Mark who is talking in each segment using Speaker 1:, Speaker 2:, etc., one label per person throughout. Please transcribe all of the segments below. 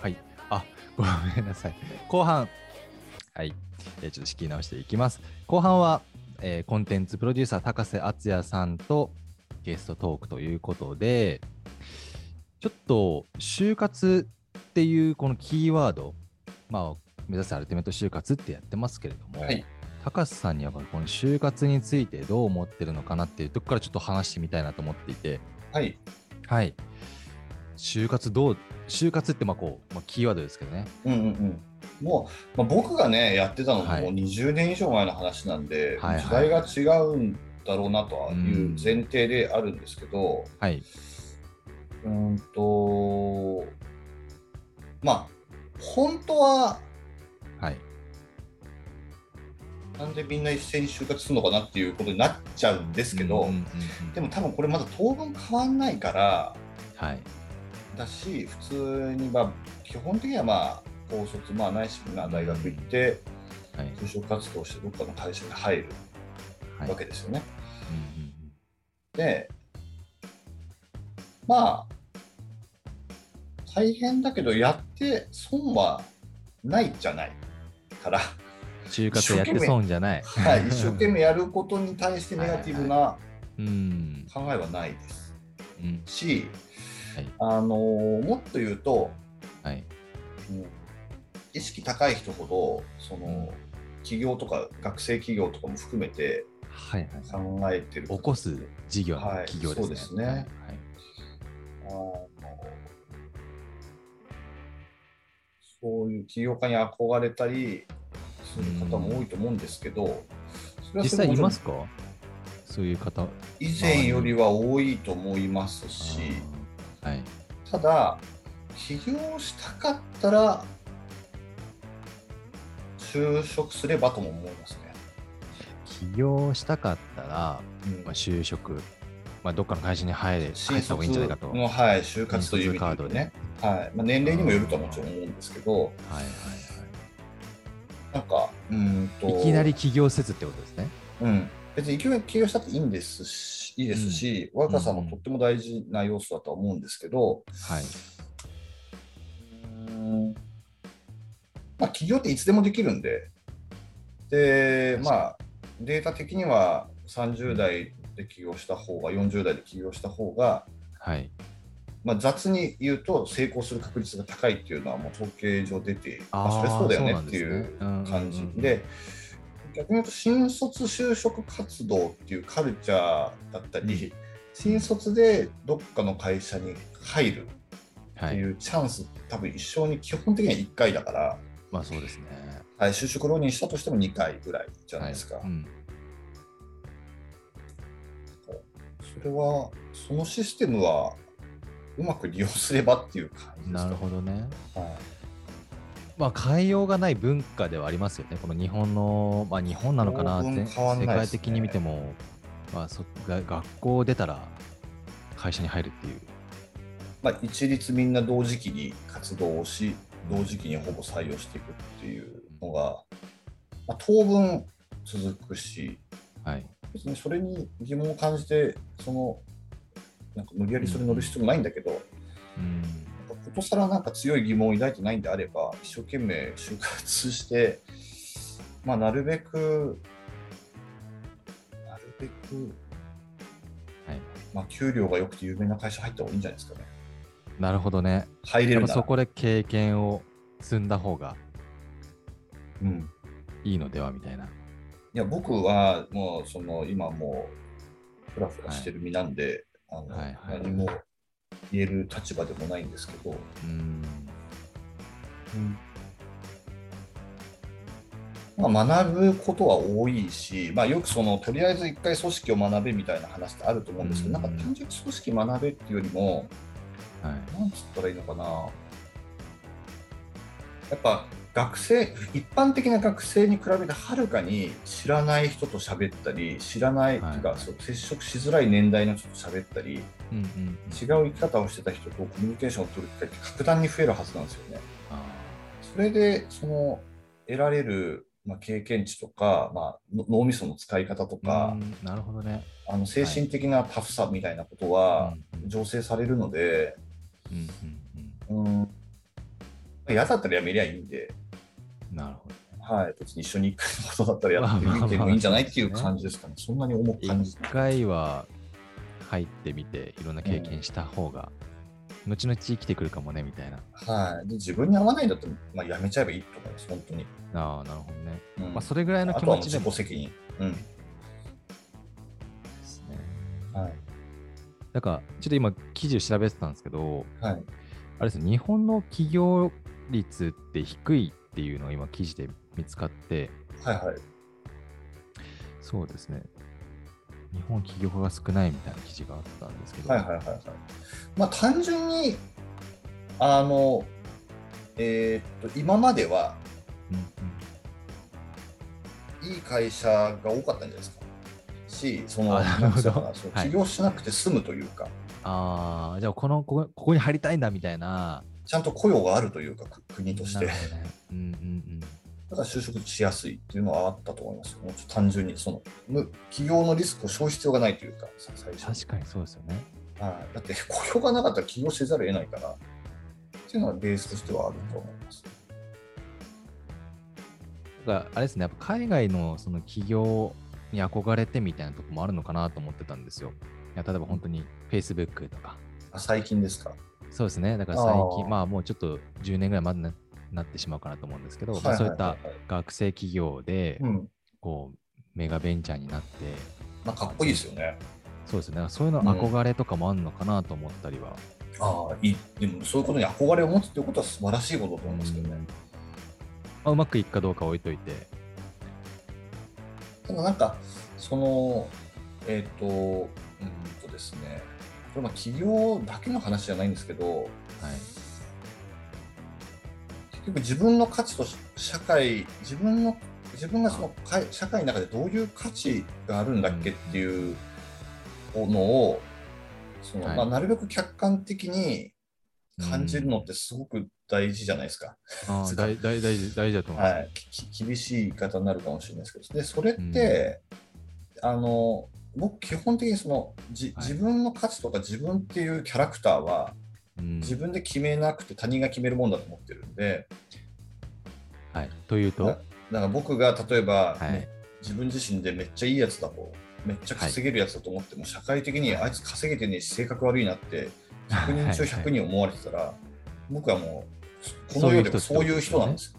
Speaker 1: はい。あ、ごめんなさい。後半。はい。えーちょっと仕切り直していきます。後半は、えーコンテンツプロデューサー、高瀬敦也さんとゲストトークということで、ちょっと、就活っていうこのキーワード、まあ、目指すアルティメット就活ってやってますけれども、
Speaker 2: はい
Speaker 1: 高瀬さんにはこの就活についてどう思ってるのかなっていうとこからちょっと話してみたいなと思っていて、
Speaker 2: はい。
Speaker 1: はい。就活どう、就活ってまあこう、まあ、キーワードですけどね。
Speaker 2: うんうんうん。もう、まあ、僕がね、やってたのももう
Speaker 1: はい
Speaker 2: 20年以上前の話なんで、
Speaker 1: はいはい
Speaker 2: 時代が違うんだろうなとはいう前提であるんですけど、
Speaker 1: はい。
Speaker 2: うーんと、まあ、本当は、
Speaker 1: はい。
Speaker 2: なんでみんな一斉に就活するのかなっていうことになっちゃうんですけど、
Speaker 1: うんうんうんうん
Speaker 2: でも多分これまだ当分変わんないから、
Speaker 1: はい。
Speaker 2: だし普通にまあ基本的にはまあ高卒まあないしまあ大学行って
Speaker 1: はい。
Speaker 2: 就職活動してどっかの会社に入る
Speaker 1: はい。
Speaker 2: わけですよね。
Speaker 1: うんうんうん
Speaker 2: でまあ大変だけどやって損はないじゃない から、
Speaker 1: 就活やって損じゃない。
Speaker 2: はい、一生懸命やることに対してネガティブな
Speaker 1: うん。
Speaker 2: 考えはないです
Speaker 1: うん。
Speaker 2: し、
Speaker 1: はい
Speaker 2: あのもっと言うと
Speaker 1: はい。
Speaker 2: うん意識高い人ほどその、
Speaker 1: うん
Speaker 2: 企業とか学生企業とかも含めて
Speaker 1: はいはい。
Speaker 2: 考えてる
Speaker 1: 起こす事業の
Speaker 2: はい
Speaker 1: 企業ですね。
Speaker 2: そうですね
Speaker 1: はい。はい
Speaker 2: あのそういう起業家に憧れたりする方も多いと思うんですけど、それは
Speaker 1: 実
Speaker 2: それ
Speaker 1: 際
Speaker 2: も
Speaker 1: いますかそういう方。
Speaker 2: 以前よりは多いと思いますし
Speaker 1: あーはい。
Speaker 2: ただ起業したかったら就職すればとも思いますね。
Speaker 1: 起業したかったら、
Speaker 2: うん
Speaker 1: まあ、就職、まあ、どっかの会社に入れ入
Speaker 2: 新
Speaker 1: った方がい
Speaker 2: 卒
Speaker 1: いんじゃないかと。はい
Speaker 2: の、はい、就活という意味で言うとね、はいまあ、年齢にもよるとはもちろん思うんですけど、
Speaker 1: はい
Speaker 2: なんか、うーんと
Speaker 1: はい。いきなり起業せずってことですね。
Speaker 2: うん、別に勢い起業したっていいんですし、いいですし、若さもとっても大事な要素だとは思うんですけど、
Speaker 1: はい。
Speaker 2: うーんまあ、起業っていつでもできるんで、で、まあ、データ的には30代で起業した方が、40代で起業した方が、
Speaker 1: はい。
Speaker 2: まあ、雑に言うと成功する確率が高いっていうのはもう統計上出て、ま
Speaker 1: あ
Speaker 2: あ、
Speaker 1: ー
Speaker 2: それそうだよ
Speaker 1: そう
Speaker 2: ね
Speaker 1: なん
Speaker 2: っ
Speaker 1: で
Speaker 2: て
Speaker 1: す
Speaker 2: い
Speaker 1: ね
Speaker 2: う
Speaker 1: うんうんうん
Speaker 2: 感じで逆に言うと新卒就職活動っていうカルチャーだったり、
Speaker 1: うん
Speaker 2: 新卒でどっかの会社に入るっ
Speaker 1: は
Speaker 2: て
Speaker 1: い。
Speaker 2: いうチャンス、多分一生に基本的には1回だから、
Speaker 1: まあそうですね。
Speaker 2: はい、就職浪人したとしても2回ぐらいじゃないですか、
Speaker 1: はいうん
Speaker 2: それはそのシステムはうまく利用すればっていう感じですか
Speaker 1: なるほどね。
Speaker 2: はい
Speaker 1: まあ変えようがない文化ではありますよね。この日本の、まあ日本なのかな、
Speaker 2: 当分
Speaker 1: 全
Speaker 2: 変わんない
Speaker 1: 世
Speaker 2: ですね
Speaker 1: 界的に見ても、まあそが学校出たら会社に入るっていう。
Speaker 2: まあ、一律みんな同時期に活動をし同時期にほぼ採用していくっていうのが、まあ、当分続くし
Speaker 1: はい。
Speaker 2: 別にそれに疑問を感じてそのなんか無理やりそれ乗る必要もないんだけど、
Speaker 1: うん。
Speaker 2: ことさらなんか強い疑問を抱いてないんであれば一生懸命就活して、まあ、なるべくなるべく、
Speaker 1: はい
Speaker 2: まあ、給料が良くて有名な会社入った方がいいんじゃないですかね
Speaker 1: なるほどね。
Speaker 2: 入れ
Speaker 1: や
Speaker 2: る
Speaker 1: っ
Speaker 2: な
Speaker 1: ぱ
Speaker 2: ら
Speaker 1: そこで経験を積んだ方が
Speaker 2: うん
Speaker 1: いいのではみたいな。
Speaker 2: いや僕はもうその今もうふらふらしてる身なんで、あの
Speaker 1: はいはい
Speaker 2: 何も言える立場でもないんですけど、
Speaker 1: うん。
Speaker 2: まあ、学ぶことは多いし、まあ、よくそのとりあえず一回組織を学べみたいな話ってあると思うんですけど、
Speaker 1: うん
Speaker 2: なんか単純に組織学べっていうよりも
Speaker 1: はい。
Speaker 2: なんつったらいいのかなやっぱ学生一般的な学生に比べてはるかに知らない人と喋ったり知らない、
Speaker 1: はい
Speaker 2: ていうかそう接触しづらい年代の人と喋ったり、
Speaker 1: うんうんうん。
Speaker 2: 違う生き方をしてた人とコミュニケーションを取る機会って格段に増えるはずなんですよね。
Speaker 1: あ
Speaker 2: それでその得られる、まあ、経験値とか、まあ、の脳みその使い方と
Speaker 1: ー
Speaker 2: か
Speaker 1: う、んなるほどね。
Speaker 2: あの精神的なタフさみたいなことは
Speaker 1: うんうん
Speaker 2: 醸成されるので、
Speaker 1: うんうんうん
Speaker 2: うん嫌だったらやめりゃいいんで、
Speaker 1: なるほど。
Speaker 2: はい、別に一緒に行くことだったらやってみてもいいんじゃないっていう感じですかね。そんなに重く感じ
Speaker 1: 一回は入ってみて、いろんな経験した方が、後々生きてくるかもね、みたいな。
Speaker 2: はい。で、自分に合わないんだったら、まあ、やめちゃえばいいと思います、本当に。
Speaker 1: ああ、なるほどね。
Speaker 2: うん
Speaker 1: まあ、それぐらいの
Speaker 2: あ
Speaker 1: 気
Speaker 2: とは
Speaker 1: 持
Speaker 2: もう
Speaker 1: ちで
Speaker 2: 自
Speaker 1: も
Speaker 2: 己責任。うん。
Speaker 1: ですね。
Speaker 2: はい。
Speaker 1: なんか、ちょっと今、記事を調べてたんですけど、
Speaker 2: はい。
Speaker 1: あれですね、日本の企業率って低いっていうのが今、記事で見つかって、
Speaker 2: はいはい。
Speaker 1: そうですね。日本企業家が少ないみたいな記事があったんですけど、
Speaker 2: はいはいはいはい。まあ単純に、あの、えーっと、今までは
Speaker 1: うんうん
Speaker 2: いい会社が多かったんじゃないですか。し、その、
Speaker 1: あなるほど
Speaker 2: んていうのかなその
Speaker 1: はい
Speaker 2: 起業しなくて済むというか、
Speaker 1: ああ、じゃあこのここ、ここに入りたいんだみたいな。
Speaker 2: ちゃんと雇用があるというか、く国とし
Speaker 1: な
Speaker 2: て
Speaker 1: る。ほどねうんうんうん。
Speaker 2: だから就職しやすいっていうのはあったと思いますよ。もうちょっと単純に、その、む起業のリスクを生じ必要がないというか、さ最初。
Speaker 1: 確かにそうですよね。
Speaker 2: はい、だって雇用がなかったら起業せざるを得ないからっていうのはベースとしてはあると思います。
Speaker 1: だからあれですね、やっぱ海外のその企業に憧れてみたいなとこもあるのかなと思ってたんですよ。いや例えば本当に Facebook とか。
Speaker 2: あ最近ですか。
Speaker 1: そうですね。だから最近、
Speaker 2: あー
Speaker 1: まあもうちょっと10年ぐらいまでななってしまうかなと思うんですけど、まあそういった
Speaker 2: はいはいはい
Speaker 1: 学生企業で、
Speaker 2: うん
Speaker 1: こう、メガベンチャーになって、
Speaker 2: まあ、かっこいいですよね。
Speaker 1: そうですね。だからそういうの憧れとかもあるのかなと思ったりは。
Speaker 2: ああ、いい。でも、そういうことに憧れを持つっていうことは素晴らしいことだと思いますけどね。
Speaker 1: まあ、うまくいくかどうか置いといて。
Speaker 2: ただ、なんか、その、えっ、と、うーんとですね、これまあ企業だけの話じゃないんですけど、
Speaker 1: はい。
Speaker 2: 結局自分の価値とし社会、自分の自分がそのかい社会の中でどういう価値があるんだっけっていうのを、その
Speaker 1: はい
Speaker 2: まあ、なるべく客観的に感じるのっ
Speaker 1: うん
Speaker 2: てすごく大事じゃないですか。
Speaker 1: あー大大大事大事だと思います。
Speaker 2: はい、きき厳しい言い方になるかもしれないですけど、でそれって、あの僕、基本的にそのじ
Speaker 1: はい
Speaker 2: 自分の価値とか自分っていうキャラクターは
Speaker 1: うん
Speaker 2: 自分で決めなくて他人が決めるもんだと思ってるんで、
Speaker 1: はい、というと、
Speaker 2: だだから僕が例えば、
Speaker 1: はい、
Speaker 2: 自分自身でめっちゃいいやつだとめっちゃ稼げるやつだと思っても、社会的にあいつ稼げてねえし性格悪いなって100人中100人思われてたら、僕はもうこの世でも
Speaker 1: そ
Speaker 2: そうう
Speaker 1: い
Speaker 2: いうう
Speaker 1: 人ってこ
Speaker 2: 人
Speaker 1: と
Speaker 2: な
Speaker 1: で
Speaker 2: んですよ。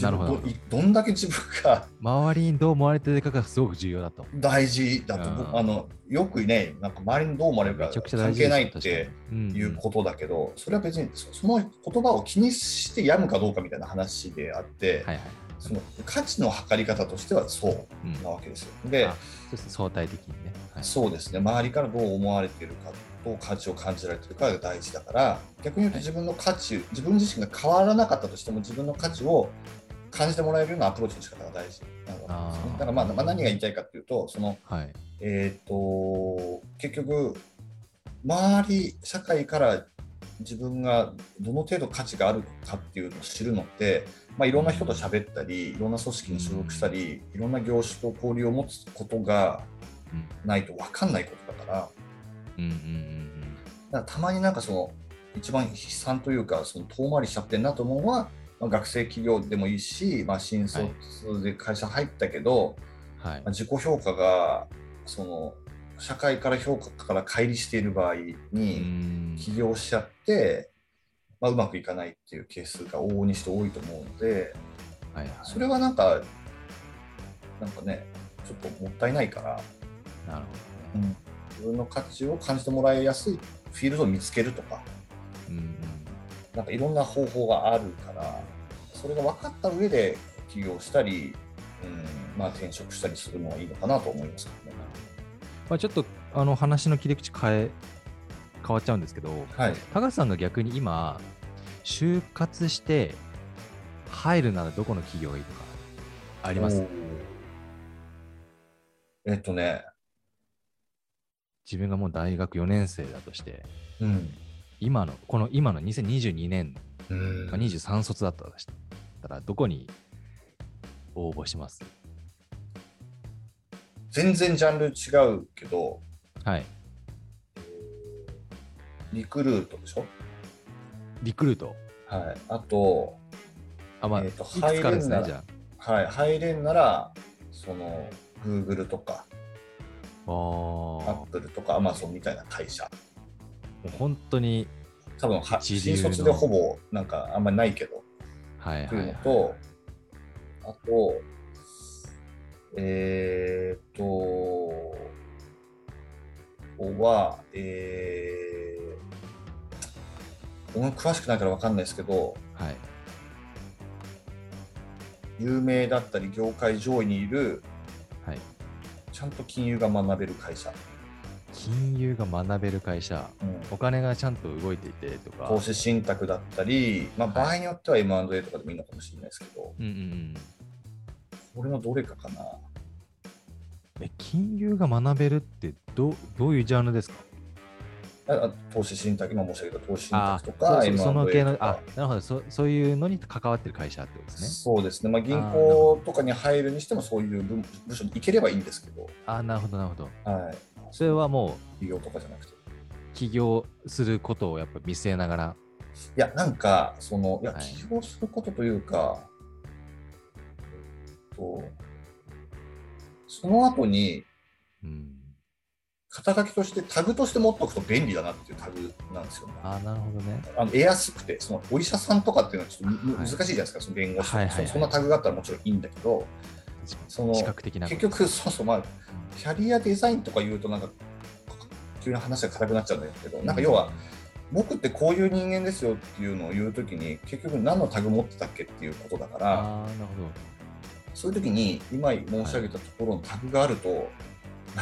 Speaker 1: なるほど
Speaker 2: 自分どいどんだけ自分が
Speaker 1: 周りにどう思われてるかがすごく重要だと。
Speaker 2: 大事だと、
Speaker 1: うん
Speaker 2: 僕あのよくねなんか周りにどう思われる
Speaker 1: め
Speaker 2: か
Speaker 1: ちゃくちゃ
Speaker 2: 関
Speaker 1: 大事です
Speaker 2: 係ないっ
Speaker 1: 確
Speaker 2: て
Speaker 1: かにうんうん
Speaker 2: いうことだけど、それは別にそその言葉を気にして病むかどうかみたいな話であって、
Speaker 1: はいはい。
Speaker 2: その価値の測り方としてはそう
Speaker 1: うん、
Speaker 2: な
Speaker 1: そ
Speaker 2: わけですよ。で
Speaker 1: あうですね相対的にね。はい、
Speaker 2: そうですね、周りからどう思われてるか、どう価値を感じられてるかが大事だから、逆に言うと
Speaker 1: はい
Speaker 2: 自分の価値、自分自身が変わらなかったとしても、自分の価値を感じてもらえるようなアプローチの仕方が大事なわけですね
Speaker 1: あ。ー
Speaker 2: だから、まあ、まあ何が言いたいかっていうと、その
Speaker 1: はい。
Speaker 2: えー、と結局、周り、社会から自分がどの程度価値があるかっていうのを知るのって、まあ、いろんな人と喋ったり、いろんな組織に所属したり、いろんな業種と交流を持つことが
Speaker 1: うん
Speaker 2: ないと分かんないことだから、
Speaker 1: うんうんうん
Speaker 2: だからたまになんかその一番悲惨というかその遠回りしちゃってんなと思うのは、まあ、学生企業でもいいし、まあ、新卒で会社入ったけど、
Speaker 1: うん。はい
Speaker 2: まあ。自己評価がその社会から評価から乖離している場合
Speaker 1: う
Speaker 2: に
Speaker 1: ん
Speaker 2: 起業しちゃって、まあ、うまくいかないっていうケースが往々にして多いと思うので
Speaker 1: はいはい。
Speaker 2: それはなんかなんかねちょっともったいないから、
Speaker 1: なるほ
Speaker 2: 自分の価値を感じてもらいやすいフィールドを見つけるとか
Speaker 1: どね。うんうん。
Speaker 2: なんかいろんな方法があるからそれが分かった上で起業したり、うんまあ、転職したりするのはいいのかなと思いますけどね。
Speaker 1: まあ、ちょっとあの話の切り口変え変わっちゃうんですけど、
Speaker 2: はい
Speaker 1: 高橋さんが逆に今、就活して入るならどこの企業がいいとかあ
Speaker 2: あ
Speaker 1: ります。
Speaker 2: えっとね、
Speaker 1: 自分がもう大学4年生だとして、
Speaker 2: うん。
Speaker 1: 今の、この今の2022年、
Speaker 2: うん
Speaker 1: まあ、23卒だったとしたら、どこに応募します
Speaker 2: 全然ジャンル違うけど、
Speaker 1: はい。
Speaker 2: リクルートでしょ
Speaker 1: リクルート。
Speaker 2: はい。あと、
Speaker 1: あ、まあ、
Speaker 2: え
Speaker 1: い
Speaker 2: ー
Speaker 1: く
Speaker 2: と
Speaker 1: つかあるんですね、
Speaker 2: 入れんなら
Speaker 1: じゃ
Speaker 2: はい、入れんなら、その、Google とか、
Speaker 1: あ。ああ。
Speaker 2: Apple とか Amazon みたいな会社。
Speaker 1: もう本当に、
Speaker 2: 多分は
Speaker 1: 一
Speaker 2: 新
Speaker 1: 流の
Speaker 2: 卒でほぼ、なんかあんまりないけど、
Speaker 1: はい
Speaker 2: って
Speaker 1: はいいうは
Speaker 2: の
Speaker 1: い。
Speaker 2: と、あと、えーっと、ここは、えー、僕も詳しくないからわかんないですけど、
Speaker 1: はい。
Speaker 2: 有名だったり業界上位にいる
Speaker 1: はい。
Speaker 2: ちゃんと金融が学べる会社、
Speaker 1: 金融が学べる会社、
Speaker 2: うん
Speaker 1: お金がちゃんと動いていてとか。
Speaker 2: 投資信託だったり、まあ、
Speaker 1: はい
Speaker 2: 場合によっては M&A とかでもいいのかもしれないですけど、
Speaker 1: うんうんうん。
Speaker 2: これのどれかかな
Speaker 1: え、金融が学べるってど、どういうジャンルですか
Speaker 2: ああ投資信託今申し上げた投資信
Speaker 1: あ
Speaker 2: 託と
Speaker 1: あそ
Speaker 2: か
Speaker 1: う
Speaker 2: M&A
Speaker 1: そう
Speaker 2: とか
Speaker 1: その系の、あ、なるほどそ、そういうのに関わってる会社ってことですね。
Speaker 2: そうですね、まあ、銀
Speaker 1: あーなるほ
Speaker 2: 行とかに入るにしてもそういう部部署に行ければいいんですけど、
Speaker 1: あ、なるほど、なるほど。
Speaker 2: はい、
Speaker 1: それはも、
Speaker 2: 企業とかじゃなくて。いう
Speaker 1: 起業することをやっぱ見据えながら。
Speaker 2: や、なんか、その、いや、
Speaker 1: はい
Speaker 2: 起業することというか、えっと、その後に、
Speaker 1: うん。
Speaker 2: 肩書きとしてタグとして持っておくと便利だなっていうタグなんですよね。
Speaker 1: あ、なるほどね。
Speaker 2: あの得やすくて、そのお医者さんとかっていうのはちょっとむ
Speaker 1: はい
Speaker 2: 難しいじゃないですか、その弁護士とか、
Speaker 1: はいはいはい
Speaker 2: そそんなタグがあったらもちろんいいんだけど、その
Speaker 1: 視覚的なこと。
Speaker 2: 結局、そうそう、まあ、キャリアデザインとか言うと、なんか、急な話が硬くなっちゃうんだけど、なんか要は、僕ってこういう人間ですよっていうのを言うときに、結局何のタグ持ってたっけっていうことだから、
Speaker 1: ああー、なるほど。
Speaker 2: そういうときに、今申し上げたところのタグがあると、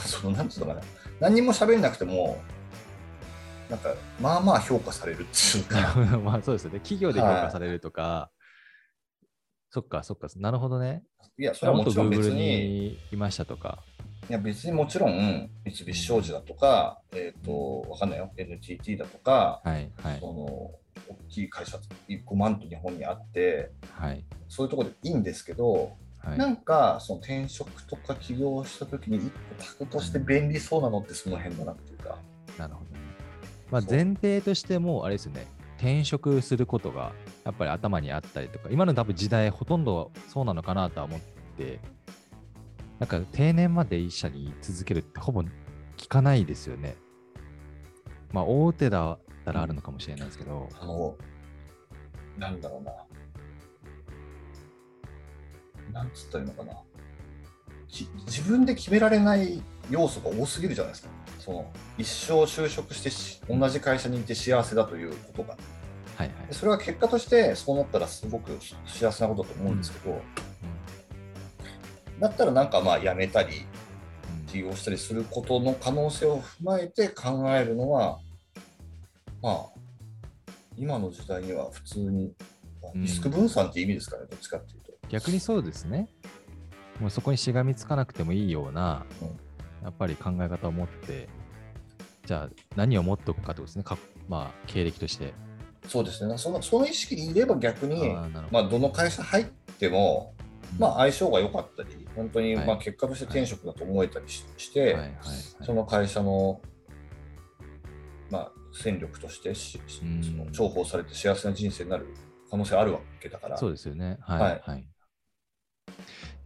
Speaker 2: その、なんつうのかな、何にも喋れなくても、なんか、まあまあ評価されるっていう
Speaker 1: なる
Speaker 2: か、
Speaker 1: ほど まあそうですよね。企業で評価されるとか、そっかそっか、なるほどね。
Speaker 2: いや、それは
Speaker 1: もっ
Speaker 2: も
Speaker 1: と
Speaker 2: ちろん別
Speaker 1: Google
Speaker 2: に、
Speaker 1: にいましたとか。
Speaker 2: いや別にもちろん、三菱商事だとか、えっ、と、わかんないよ、NTT だとか、
Speaker 1: はいはい
Speaker 2: その大きい会社5万と日本にあって
Speaker 1: はい
Speaker 2: そういうところでいいんですけど、
Speaker 1: はい。
Speaker 2: なんかその転職とか起業した時に一個タグとして便利そうなのってその辺だなっていうか
Speaker 1: なるほどね。まあ
Speaker 2: そう
Speaker 1: 前提としてもうあれですよね。転職することがやっぱり頭にあったりとか、今の多分時代ほとんどそうなのかなとは思って、なんか定年まで一社に居続けるってほぼ聞かないですよね。まあ大手だったらあるのかもしれないですけど、
Speaker 2: あのなんだろうななんつったらいいのかなじ自分で決められない要素が多すぎるじゃないですかその一生就職してし同じ会社にいて幸せだということが
Speaker 1: はいはい。
Speaker 2: でそれは結果としてそうなったらすごく幸せなことだと思うんですけど、だったらなんかまあ辞めたり
Speaker 1: うんうん
Speaker 2: 起業したりすることの可能性を踏まえて考えるのはまあ今の時代には普通にまあ
Speaker 1: うん
Speaker 2: リスク分散って意味ですからね、どっちかっていうと
Speaker 1: 逆にそうですね。もうそこにしがみつかなくてもいいような
Speaker 2: うん、
Speaker 1: やっぱり考え方を持って、じゃあ何を持っておくかってことですね。かまあ、経歴として。
Speaker 2: そうですねそのその意識にいれば逆
Speaker 1: あ
Speaker 2: に
Speaker 1: ーなるほ
Speaker 2: まあ、どの会社入っても、まあ、相性が良かったり本当に
Speaker 1: はい
Speaker 2: まあ結果として転職だと思えたりしし
Speaker 1: ど
Speaker 2: て、
Speaker 1: はいはいはい。
Speaker 2: その会社の、まあ、戦力としてしし
Speaker 1: うん
Speaker 2: その重宝されて幸せな人生になる可能性あるわけだから、
Speaker 1: そうですよね。はい。は
Speaker 2: はい
Speaker 1: い、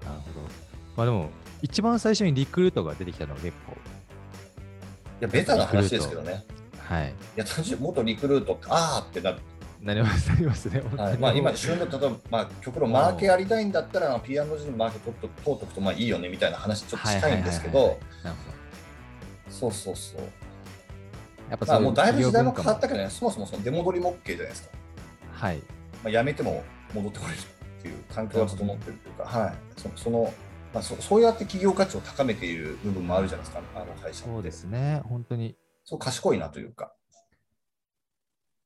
Speaker 1: なるほど。まあでも、一番最初にリクルートが出てきたのは結構、
Speaker 2: いやベタな話ですけどね、
Speaker 1: はい。
Speaker 2: いや単純に元リクルートって、あーってなる、
Speaker 1: なります、なりますね。本当に
Speaker 2: はいまあ、今、旬の例えば、まあ、極論、マーケやりたいんだったら、P&G のマーケ取っと通っとくとまあいいよねみたいな話、ちょっとしたいんですけ
Speaker 1: はいはい
Speaker 2: ど
Speaker 1: はい、なるほ
Speaker 2: そうそうそう、
Speaker 1: ど。やっぱ
Speaker 2: まあ、もうだいぶ時代も変わっ
Speaker 1: 企業文化
Speaker 2: たけどね、そもそもその出戻りも OK じゃないですか、
Speaker 1: もはい。
Speaker 2: まあ、辞めても戻ってこれるっていう環境が整ってるというか、はい、そその、まあ、そそうやって企業価値を高めている部分もあるじゃないですか、あの会社って
Speaker 1: そうですね。本当に
Speaker 2: そう賢いなというか、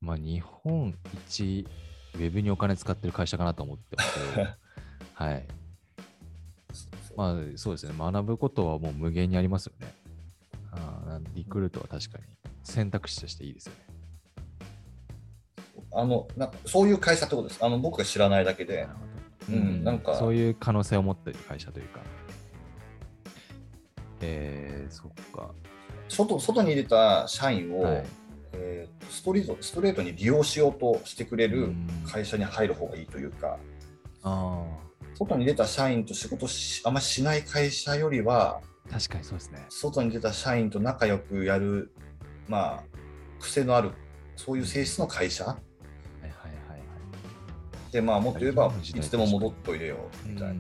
Speaker 1: まあ、日本一ウェブにお金使ってる会社かなと思 ってますけどはい。まあ、そうですね。学ぶことはもう無限にありますよね。ああリクルートは確かに選択肢としていいですよね。
Speaker 2: あのなんかそういう会社ってことです、あの僕が知らないだけ
Speaker 1: な
Speaker 2: で
Speaker 1: る。ほ
Speaker 2: う
Speaker 1: ど。
Speaker 2: んなんか
Speaker 1: そういう可能性を持っている会社というか。えー、そっか。
Speaker 2: 外外に出た社員を、
Speaker 1: はい。
Speaker 2: えーストリートストレートに利用しようとしてくれ
Speaker 1: う
Speaker 2: る
Speaker 1: ん
Speaker 2: 会社に入る方がいいというか、
Speaker 1: あ
Speaker 2: 外に出た社員と仕事しあんましない会社よりは
Speaker 1: あ、確かにそうですね。
Speaker 2: 外に出た社員と仲良くやるまあ癖のあるそういう性質の会社
Speaker 1: はいはいはいはい。
Speaker 2: でまあもっと言えば
Speaker 1: 今の時
Speaker 2: い
Speaker 1: 代
Speaker 2: つでも戻っといれよみたいな
Speaker 1: うん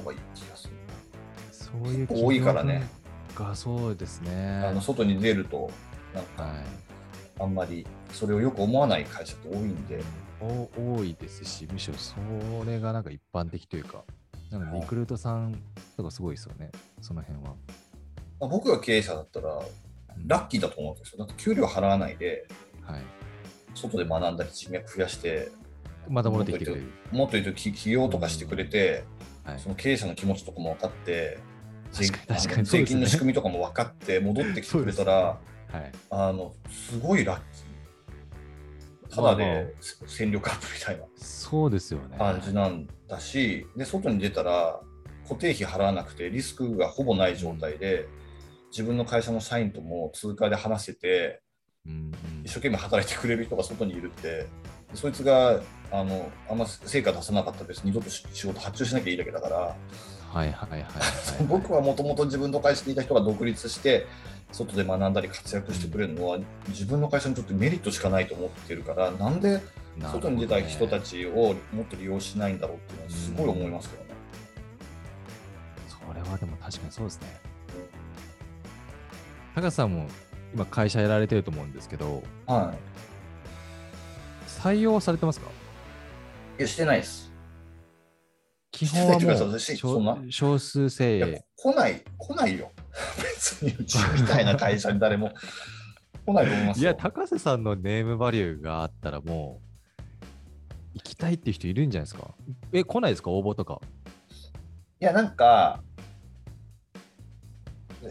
Speaker 2: 方がいい気がする、
Speaker 1: そういう
Speaker 2: 多いからね。
Speaker 1: がそうですね。
Speaker 2: あの外に出るとなんか
Speaker 1: はい。
Speaker 2: あんまりそれをよく思わない会社って多いんで、
Speaker 1: お多いですし、むしろそれがなんか一般的というか、なんかリクルートさんとかすごいですよね、その辺は。
Speaker 2: まあ、僕が経営者だったらラッキーだと思うんですよだって給料払わないで
Speaker 1: はい。
Speaker 2: 外で学んだり人脈増やして
Speaker 1: また戻ってきてくれる。
Speaker 2: もっと言うと起起業とかしてくれて、
Speaker 1: はい
Speaker 2: そ。の経営者の気持ちとかも分かって税
Speaker 1: 確かに確か
Speaker 2: あの
Speaker 1: にそう
Speaker 2: 税
Speaker 1: です
Speaker 2: 金
Speaker 1: ね
Speaker 2: の仕組みとかも分かって戻ってきてくれたら、
Speaker 1: はい。
Speaker 2: あのすごいラッキーただで、
Speaker 1: まあまあ
Speaker 2: 戦力アップみたいな
Speaker 1: そうですよね。
Speaker 2: 感じなんだし、で外に出たら固定費払わなくてリスクがほぼない状態で自分の会社の社員とも通貨で話せて
Speaker 1: うんうん
Speaker 2: 一生懸命働いてくれる人が外にいるってそいつがあのあんま成果出さなかったら別に二度と仕仕事発注しなきゃいいだけだから、
Speaker 1: はいはいはいはい。
Speaker 2: 僕はもともと自分の会社にいた人が独立して外で学んだり活躍してくれるのは自分の会社にとってメリットしかないと思ってるからなんで
Speaker 1: なるほ
Speaker 2: 外
Speaker 1: ど
Speaker 2: に
Speaker 1: ね
Speaker 2: 出た人たちをもっと利用しないんだろうっていうのはすごい思いますけどね。
Speaker 1: それはでも確かにそうですね。高瀬さんも今会社やられてると思うんですけど、
Speaker 2: は
Speaker 1: 採用はされてますか
Speaker 2: い。いや、してないです。
Speaker 1: 基本は
Speaker 2: して
Speaker 1: も
Speaker 2: ないっていうか
Speaker 1: う
Speaker 2: 私そんな
Speaker 1: 少少数
Speaker 2: いや、
Speaker 1: 制。
Speaker 2: 来ない、来ないよ。 別にうちみたいな会社に誰も 来ないと思います
Speaker 1: い
Speaker 2: よ。
Speaker 1: や、高瀬さんのネームバリューがあったらもう、行きたいっていう人いるんじゃないですかえ、来ないですか応募とか。
Speaker 2: いや、なんか、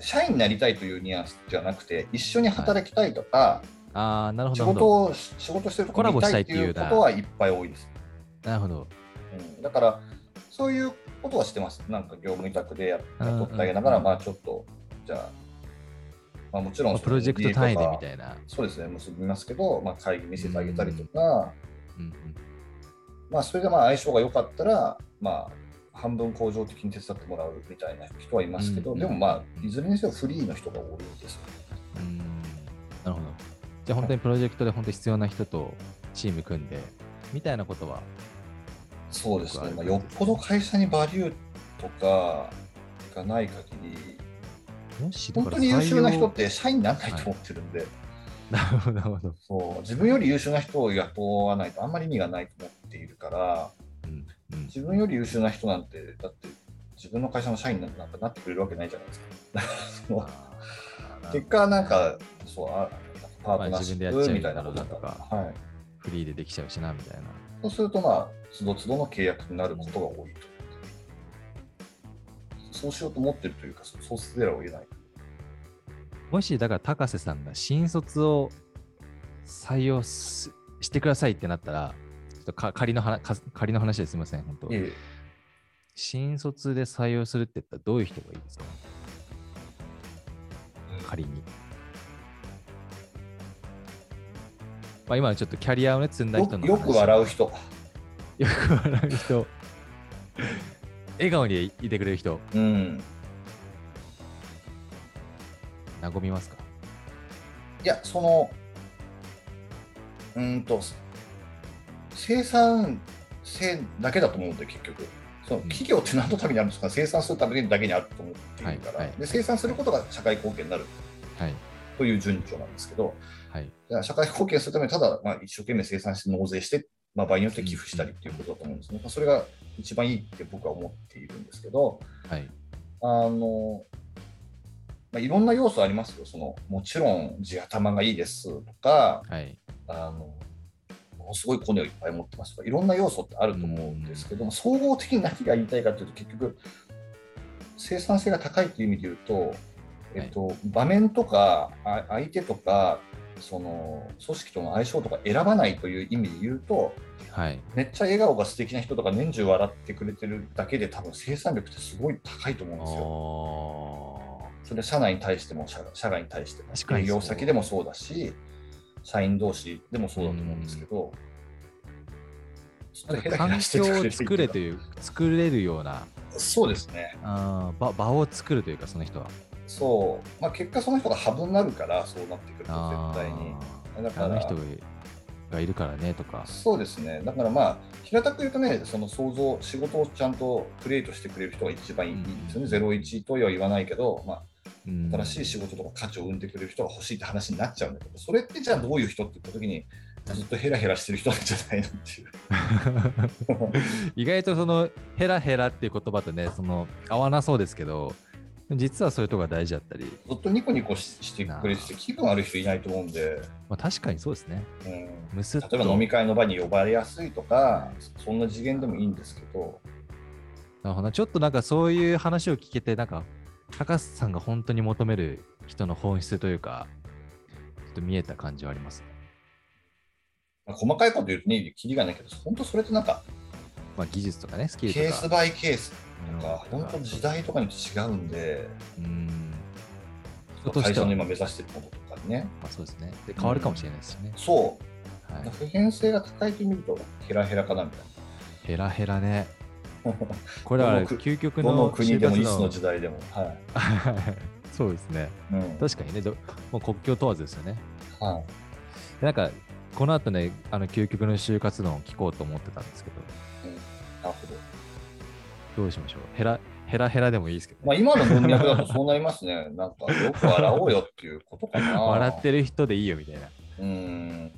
Speaker 2: 社員になりたいというニュアンスじゃなくて、一緒に働きたいとか、
Speaker 1: ああ、なるほ
Speaker 2: 仕
Speaker 1: ど。なるほど
Speaker 2: 事を、仕事してるとこ
Speaker 1: コラ
Speaker 2: 見
Speaker 1: ボしたた
Speaker 2: い
Speaker 1: い
Speaker 2: っ
Speaker 1: ってて
Speaker 2: い
Speaker 1: いうう
Speaker 2: こ
Speaker 1: な
Speaker 2: とはいっぱい多いです。
Speaker 1: なるほど。
Speaker 2: うん、だから、そういうことはしてます。なんか業務委託でやっ
Speaker 1: うんうんうん
Speaker 2: 雇ってあげながら、まあちょっと、じゃあ、まあもちろ
Speaker 1: ま
Speaker 2: ん
Speaker 1: あ、、プロジェクト単位でみ
Speaker 2: いな
Speaker 1: たいな。
Speaker 2: そうですね、結びますけど、まあ、会議見せてあげたりとか、
Speaker 1: うん
Speaker 2: まあ、それでまあ相性が良かったら、まあ、半分向上的に手伝ってもらうみたいな人はいますけど、
Speaker 1: うん
Speaker 2: でもまあ、いずれにせよフリーの人が多いですよね。
Speaker 1: うん。うんなるほど。じゃあ本当にプロジェクトで本当必要な人とチーム組んで、みたいなことは。
Speaker 2: そうですね、
Speaker 1: よくあ
Speaker 2: まあ、
Speaker 1: る
Speaker 2: よっぽど会社にバリューとかがない限り、
Speaker 1: もしだ
Speaker 2: 本
Speaker 1: から
Speaker 2: 当に優秀な
Speaker 1: 採
Speaker 2: 人
Speaker 1: 用
Speaker 2: って社員にならないと思ってるんで、
Speaker 1: なるほど、 なるほど。
Speaker 2: そう自分より優秀な人を雇わないとあんまり意味がないと思っているから、
Speaker 1: うんうん
Speaker 2: 自分より優秀な人なんて、だって自分の会社の社員なんかなってくれるわけないじゃないですか。その
Speaker 1: あー
Speaker 2: 結果、なんか、そう、あパートナーシ
Speaker 1: まあ
Speaker 2: ッ
Speaker 1: 自分でやっち
Speaker 2: プ
Speaker 1: ゃう
Speaker 2: みたいなこと
Speaker 1: と
Speaker 2: が
Speaker 1: か
Speaker 2: はい。
Speaker 1: フリーでできちゃうしな、みたいな。
Speaker 2: そうすると、まあ、つどつどの契約になることが多いと。そうしようと思ってるというか、そうそうせざるを得ない。
Speaker 1: もし、だから高瀬さんが新卒を採用すしてくださいってなったら、ちょっとか仮の話か仮の話ですみません、本当。
Speaker 2: ええ
Speaker 1: 新卒で採用するって言ったらどういう人がいいですか仮に。まあ、今はちょっとキャリアをね、積んだ
Speaker 2: よ
Speaker 1: 人の
Speaker 2: く
Speaker 1: 話
Speaker 2: よく笑う人。
Speaker 1: よく笑う人。笑顔にいてくれる人、
Speaker 2: うん。
Speaker 1: 和みますか
Speaker 2: いや、その、うーんと、生産性だけだと思うんで、結局。その
Speaker 1: うん
Speaker 2: 企業って何のためにあるんですか、生産するためにだけにあると思っているから、
Speaker 1: はいはい
Speaker 2: で生産することが社会貢献になる
Speaker 1: はい。
Speaker 2: という順序なんですけど、
Speaker 1: はい。
Speaker 2: だから社会貢献するためにただ、まあ、一生懸命生産して納税して、まあ、場合によって寄付したりっていうことだと思うんですね。まあそれが一番いいって僕は思っているんですけど、
Speaker 1: はい。
Speaker 2: あのまあ、いろんな要素ありますよ。そのもちろん地頭がいいですとか、
Speaker 1: はい。
Speaker 2: あのものすごいコネをいっぱい持ってますとかいろんな要素ってあると思うんですけども、総合的に何が言いたいかというと結局生産性が高いという意味で言うと、えっと、場面とかあ相手とかその組織との相性とか選ばないという意味で言うと
Speaker 1: はい。
Speaker 2: めっちゃ笑顔が素敵な人とか年中笑ってくれてるだけで多分生産力ってすごい高いと思うんですよ。
Speaker 1: お
Speaker 2: それ社内に対しても社社外に対しても
Speaker 1: 確かに
Speaker 2: 営業先でもそうだし社員同士でもそうだと思うんですけど、それヘラヘ
Speaker 1: 環
Speaker 2: ラして
Speaker 1: 境
Speaker 2: たら
Speaker 1: を作れという作れるような
Speaker 2: そうですね。
Speaker 1: あー場場を作るというかその人は
Speaker 2: そう。まあ、結果その人がハブになるから、そうなってくると
Speaker 1: あ
Speaker 2: 絶対に。
Speaker 1: ー
Speaker 2: だから
Speaker 1: あの人がいるからねとか
Speaker 2: そうですね。だからまあ、平たく言うとね、その想像、仕事をちゃんとクリエイトしてくれる人が一番いいんですよね。ゼロ一とは言わないけど、まあ、新しい仕事とか価値を生んでくれる人が欲しいって話になっちゃうんだけど、それってじゃあどういう人って言った時に、ずっとヘラヘラしてる人なんじゃないのっていう。
Speaker 1: 意外とそのヘラヘラっていう言葉とねその合わなそうですけど実はそういうとこが大事だったり、
Speaker 2: ずっとニコニコししてくれてて、気分悪い人いないと思うんで、
Speaker 1: まあ、確かにそうですね
Speaker 2: うん、例
Speaker 1: むすっと
Speaker 2: えば飲み会の場に呼ばれやすいとか、そんな次元でもいいんですけど、
Speaker 1: なるほどなちょっとなんかそういう話を聞けてなんか高瀬さんが本当に求める人の本質というかちょっと見えた感じはあります、
Speaker 2: まあ細かいこと言うとね、キリがないけど、本当それってなんか、
Speaker 1: まあ、技術とかねスキ
Speaker 2: ケ
Speaker 1: ルと
Speaker 2: ー
Speaker 1: か
Speaker 2: スバイケースとか、
Speaker 1: うん
Speaker 2: 本当時代とかによって違うんで、
Speaker 1: うん人とし
Speaker 2: 会
Speaker 1: て
Speaker 2: 社
Speaker 1: は、
Speaker 2: の
Speaker 1: ま
Speaker 2: 今目指してるものとかね、
Speaker 1: あ、そうですねで変わるかもしれないですよね、
Speaker 2: そう、
Speaker 1: はい、
Speaker 2: 普遍性が高いと見るとヘラヘラかなみたい
Speaker 1: ヘラヘラ ね
Speaker 2: な
Speaker 1: これは
Speaker 2: どのく
Speaker 1: 究極
Speaker 2: ど
Speaker 1: の
Speaker 2: の国でも
Speaker 1: 就活
Speaker 2: いつの時代でも、はい
Speaker 1: そうですね
Speaker 2: うん
Speaker 1: 確かにねどもう国境問わずですよね
Speaker 2: はい、
Speaker 1: でなんかこの後ねあの究極の就活論を聞こうと思ってたんですけど
Speaker 2: なるほど、
Speaker 1: どうしましょうヘラヘラヘラでもいいですけどね、
Speaker 2: まあ、今の文脈だとそうなりますね なんかよく笑おうよっていうことかな
Speaker 1: 笑ってる人でいいよみたいな
Speaker 2: うん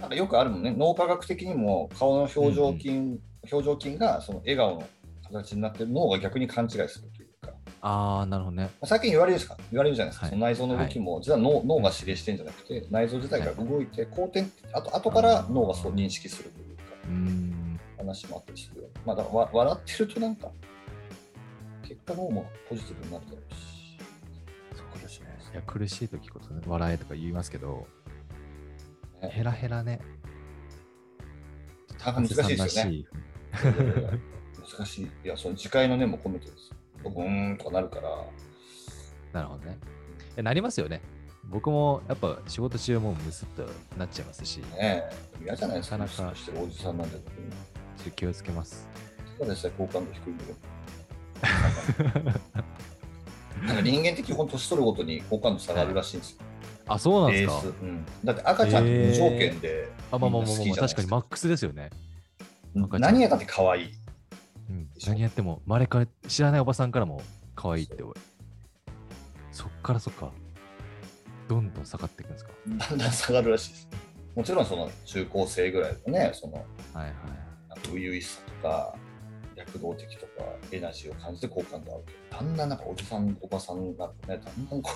Speaker 2: なんかよくあるもんね脳科学的にも顔の表情筋、表情筋がその笑顔の形になって脳が逆に勘違いするというか
Speaker 1: ああなるほどね
Speaker 2: まあ最近言われるですか言われるじゃないですか、
Speaker 1: はい
Speaker 2: その内臓の動きも、実は脳脳が指令してんじゃなくて、内臓自体が動いて、後天あと後から脳がそう認識するというか、
Speaker 1: うーん
Speaker 2: 話もあったりするよ。まあ、だからわ笑ってるとなんか、結果脳もポジティブになるだろうし、そうですね。
Speaker 1: いや苦しい時こそ、ね、笑えとか言いますけど
Speaker 2: ね
Speaker 1: ヘラヘラね
Speaker 2: なかなか難しいですよね。
Speaker 1: い
Speaker 2: 難しい。 いや、その次回の念も込めてですよ。ドボーンとかなるから、
Speaker 1: なるほどねえなりますよね僕もやっぱ仕事中もうムスっとなっちゃいますし
Speaker 2: ねえ、嫌じゃないですか、
Speaker 1: な
Speaker 2: な
Speaker 1: かなか
Speaker 2: してるおじさんなんだけど、
Speaker 1: ちょっと気をつけます
Speaker 2: ただでさえ好感度低いんだけど。 なんか人間って基本年取るごとに好感度下がるらしいんですよ。
Speaker 1: あそうなんですか
Speaker 2: ベースうんだって赤ちゃんって無条件で、
Speaker 1: あまあまあまあ
Speaker 2: み
Speaker 1: まあ
Speaker 2: んな好きじゃないですか
Speaker 1: 確かにマックスですよね赤ちゃん
Speaker 2: 何やったって可愛い。
Speaker 1: うん
Speaker 2: でしょ
Speaker 1: 何やっても、まれか知らないおばさんからも可愛いっておい。そっからそっか。どんどん下がっていくんですか。
Speaker 2: だんだん下がるらしいです。もちろんその中高生ぐらいのね、その
Speaker 1: はいはい。
Speaker 2: なんか初々しさとか、躍動的とか、エナジーを感じて好感度あるけど、だんだんなんかおじさん、おばさんになってね、だんだんこ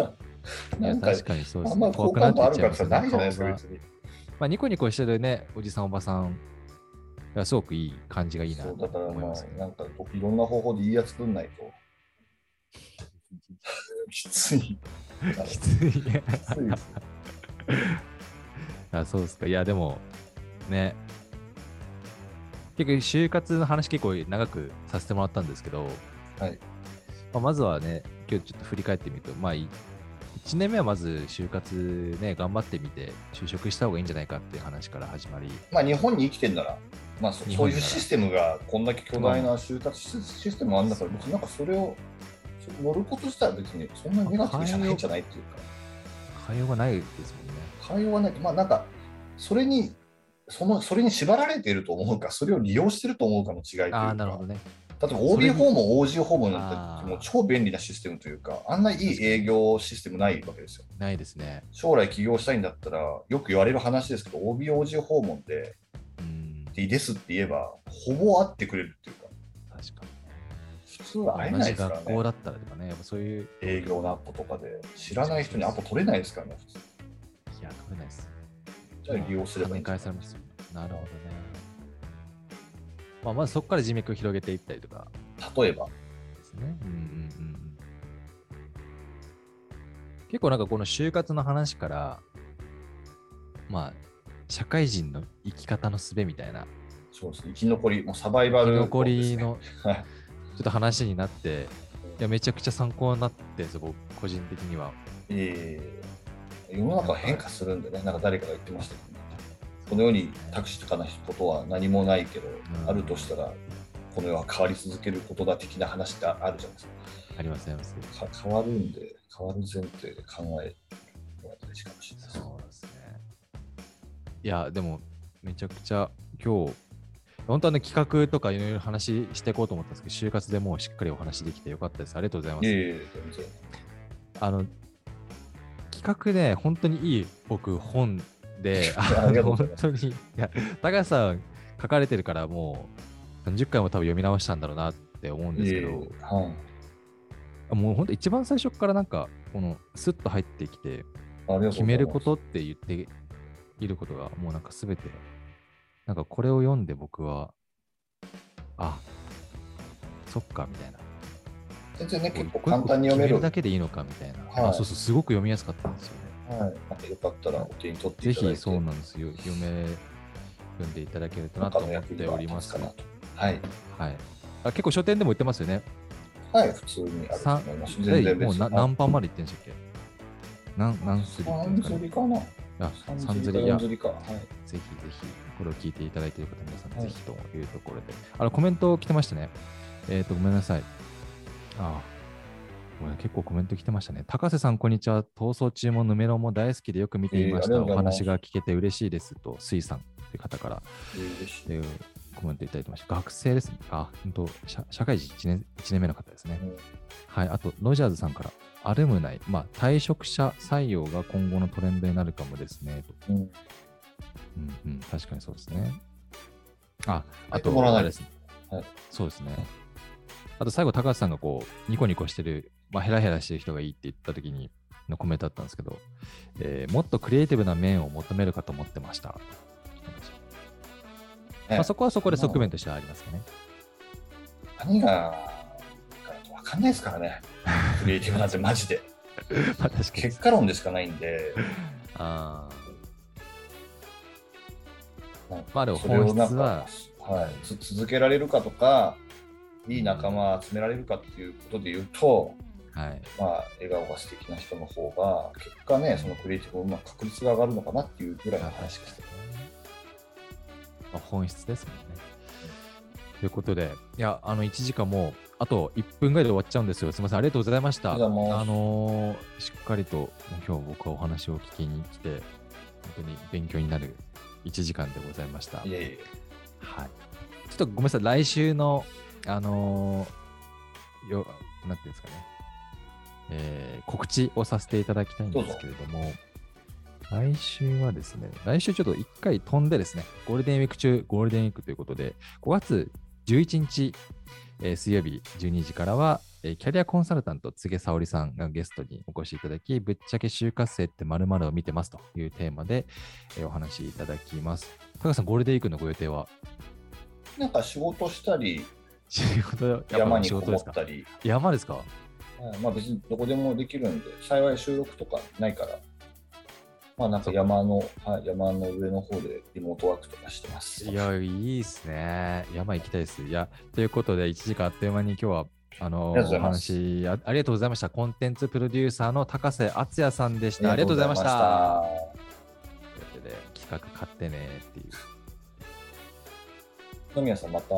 Speaker 2: う、
Speaker 1: い
Speaker 2: な
Speaker 1: や
Speaker 2: んか、
Speaker 1: 確かにそうで
Speaker 2: あ
Speaker 1: す
Speaker 2: んま
Speaker 1: ね。
Speaker 2: り
Speaker 1: 怖
Speaker 2: 好
Speaker 1: くな
Speaker 2: 感
Speaker 1: って
Speaker 2: 度あ
Speaker 1: っ
Speaker 2: る
Speaker 1: ち
Speaker 2: か
Speaker 1: ゃいま
Speaker 2: らさ、
Speaker 1: すよね。
Speaker 2: ないじゃないですか、
Speaker 1: 顔が
Speaker 2: 別に。
Speaker 1: まあニコニコしてるね、おじさんおばさんがすごくいい感じがいいな
Speaker 2: そ
Speaker 1: と
Speaker 2: うだから
Speaker 1: 思い
Speaker 2: ま
Speaker 1: ますけ
Speaker 2: あ、
Speaker 1: ど。
Speaker 2: なんかこういろんな方法でいいやつぶんない と。きつい。
Speaker 1: き
Speaker 2: き
Speaker 1: ついね。
Speaker 2: ついです
Speaker 1: あそうですか。いやでもね。結構就活の話結構長くさせてもらったんですけど、
Speaker 2: はい
Speaker 1: まあまずはね、今日ちょっと振り返ってみると、まあ、1年目はまず就活ね、頑張ってみて、就職した方がいいんじゃないかっていう話から始まり、
Speaker 2: まあ日本に生きてんなら、まあ、そ
Speaker 1: 日
Speaker 2: そ
Speaker 1: 本
Speaker 2: う
Speaker 1: な
Speaker 2: いう
Speaker 1: ら
Speaker 2: システムがこんだけ巨大な就活シシステムがあるんだから、別になんかそれをそれ乗ること自体は別にそんなにネガティブじゃないんじゃないっていうか、
Speaker 1: 変えようがないですもんね。
Speaker 2: 会話はない、まあなんか、それに、そのそれに縛られていると思うか、それを利用してると思うかの違いという
Speaker 1: あ
Speaker 2: か、
Speaker 1: あ、なるほどね。
Speaker 2: 例え
Speaker 1: そ
Speaker 2: ば
Speaker 1: れ
Speaker 2: OB
Speaker 1: に
Speaker 2: 訪問、OG 訪問なん
Speaker 1: あ
Speaker 2: て、
Speaker 1: ー
Speaker 2: もう超便利なシステムというか、あんないい営業システムないわけですよ。
Speaker 1: ないですね。
Speaker 2: 将来起業したいんだったら、よく言われる話ですけど、OB、OG 訪問で、
Speaker 1: うん、
Speaker 2: でいいですって言えば、ほぼ会ってくれるっていうか。
Speaker 1: 確か
Speaker 2: 普通は会え
Speaker 1: に。同
Speaker 2: ない
Speaker 1: じ
Speaker 2: ですから
Speaker 1: 学校
Speaker 2: ね。
Speaker 1: だったらとかね、やっぱそういう、
Speaker 2: 営業のアポとかで、知らない人にアポ取れないですからね、普通。
Speaker 1: いや、取れないです。
Speaker 2: じゃあ利用すればいいん
Speaker 1: 跳ね返
Speaker 2: じゃない
Speaker 1: されますよなるほどね。まあ、まずそこから人脈を広げていったりとか
Speaker 2: 例えば、
Speaker 1: ですね。うんうんうんうん結構なんかこの就活の話から、まあ、社会人の生き方の術みたいな、
Speaker 2: そうですね、生き残り、もうサバイバ
Speaker 1: 生き
Speaker 2: ル、
Speaker 1: 残り。の
Speaker 2: はい
Speaker 1: ちょっと話になって、いやめちゃくちゃ参考になってんですよ、僕、個人的には。
Speaker 2: ええ世の中は変化するんでね、なんか誰かが言ってましたけどね。この世に託したかなことは何もないけど、
Speaker 1: うん
Speaker 2: あるとしたらこの世は変わり続けることだ的な話ってあるじゃないです
Speaker 1: ありますあります。
Speaker 2: かか変わるんで変わる前提で考えるのが大事かもしれないです
Speaker 1: そうですね。いや、でも、めちゃくちゃ今日、本当はね、企画とかいろいろ話していこうと思ったんですけど、就活でもうしっかりお話できてよかったです。ありがとうございま
Speaker 2: い
Speaker 1: す。
Speaker 2: えいえ全然
Speaker 1: あの、企画で本当にいい僕、本で、
Speaker 2: ありがとうござ
Speaker 1: 本
Speaker 2: います
Speaker 1: 当に、いや、高橋さん書かれてるからもう、何十回も多分読み直したんだろうなって思うんですけど、
Speaker 2: いえいえはい
Speaker 1: もう本当一番最初からなんか、この、スッと入ってきて、
Speaker 2: ありがとうございます
Speaker 1: 決めることって言っていることがもうなんか全てなんかこれを読んで僕はあそっかみたいな
Speaker 2: 全然ね結構
Speaker 1: こう
Speaker 2: 簡単に読め
Speaker 1: 決
Speaker 2: る
Speaker 1: だけでいいのかみたいな、
Speaker 2: はい
Speaker 1: あそうそうすごく読みやすかったんですよね
Speaker 2: はい、なんかよかったらお手に取って
Speaker 1: ぜ
Speaker 2: いただい
Speaker 1: ひ
Speaker 2: て、
Speaker 1: そうなんですよ読め読んでいただけるとなと
Speaker 2: 他の
Speaker 1: 思っ
Speaker 2: 役に
Speaker 1: ております
Speaker 2: 立つかなと。はい、
Speaker 1: はいあ結構書店でも売ってますよね。
Speaker 2: はい、普通にあると
Speaker 1: 三
Speaker 2: 思います。全
Speaker 1: え
Speaker 2: 然別
Speaker 1: もう
Speaker 2: に。
Speaker 1: な何番までいってんでしたっけ何何すり
Speaker 2: 三釣りかな
Speaker 1: あ
Speaker 2: 三
Speaker 1: 三
Speaker 2: 釣
Speaker 1: 釣り
Speaker 2: り
Speaker 1: い
Speaker 2: か
Speaker 1: や
Speaker 2: 四釣りか。はい。
Speaker 1: ぜひぜひ、これを聞いていただいている方、皆さん、
Speaker 2: はい
Speaker 1: ぜひというところで。あの、コメント来てましたね。えっ、と、ごめんなさい。ああ。ごめん結構コメント来てましたね。高瀬さん、こんにちは。逃走中もヌメロも大好きでよく見ていました。
Speaker 2: えーありがとうござ
Speaker 1: お
Speaker 2: いま
Speaker 1: 話
Speaker 2: す
Speaker 1: が聞けて嬉しいですと、スイさんという方から、
Speaker 2: 嬉しい。
Speaker 1: えーコメントいただいてました。学生ですね。あ、本当社社会人1年 ,1 年目の方ですね。
Speaker 2: うん
Speaker 1: はい、あと、ロジャーズさんから、アルムナイ、まあ、退職者採用が今後のトレンドになるかもですね、と。
Speaker 2: うん。
Speaker 1: うんうん、確かにそうですね。あ、あ
Speaker 2: 入ってもら
Speaker 1: と、あ
Speaker 2: わない
Speaker 1: れですね
Speaker 2: はい。
Speaker 1: そうですね。あと、最後、高橋さんがこう、ニコニコしてる、まあ、ヘラヘラしてる人がいいって言った時に、のコメントだったんですけど、えーもっとクリエイティブな面を求めるかと思ってました。まあ、そこはそこで側面としてはあります かね。
Speaker 2: 何がわかんないですからね。クリエイティブなんてマ ジで
Speaker 1: まあ、確かに
Speaker 2: 結。果論でしかないんで、
Speaker 1: あ
Speaker 2: はい
Speaker 1: まあでも
Speaker 2: それをなんか
Speaker 1: 本
Speaker 2: はいつ続けられるかとか、いい仲間集められるかっていうことで言うと、
Speaker 1: ーはい。
Speaker 2: まあ、笑顔が素敵な人の方が、結果ね、そのクリエイティブのまあ確率が上がるのかなっていうぐらいの
Speaker 1: あ確かに
Speaker 2: 話です。
Speaker 1: まあ、本質ですもんね。ということで、いや、あの1時間もうあと1分ぐらいで終わっちゃうんですよ。すみません、ありがとうございました。
Speaker 2: ありがとうございます
Speaker 1: あのーしっかりと今日僕はお話を聞きに来て、本当に勉強になる1時間でございました。はいい。
Speaker 2: えいえ、
Speaker 1: ちょっとごめんなさい、来週の、あのーよ、なんていうんですかね、えー告知をさせていただきたいんですけれども、来週はですね、来週ちょっと1回飛んでですね、ゴールデンウィーク中、ゴールデンウィークということで、5月11日、えー水曜日12時からは、えーキャリアコンサルタント、柘植沙織さんがゲストにお越しいただき、ぶっちゃけ就活生って〇〇を見てますというテーマで、えーお話しいただきます。高橋さん、ゴールデンウィークのご予定は
Speaker 2: なんか仕事したり、
Speaker 1: 仕事、やっぱ
Speaker 2: 山に
Speaker 1: 仕
Speaker 2: こ
Speaker 1: 事で
Speaker 2: も
Speaker 1: すか
Speaker 2: ったり、
Speaker 1: 山ですか
Speaker 2: はいまあ別にどこでもできるんで、幸い収録とかないから、まあなんか山の、はい、山の上の方でリモートワークとかしてます。
Speaker 1: いや、いいっすね。山行きたいです。いや、ということで、1時間あっという間に今日は、あの
Speaker 2: ありがとうござ
Speaker 1: お
Speaker 2: います
Speaker 1: 話あ、ありがとうございました。コンテンツプロデューサーの高瀬敦也さんでした。ありがとうございました。
Speaker 2: ありがとうございました。
Speaker 1: ということで、企画買ってねっていう。
Speaker 2: 野宮さんまた。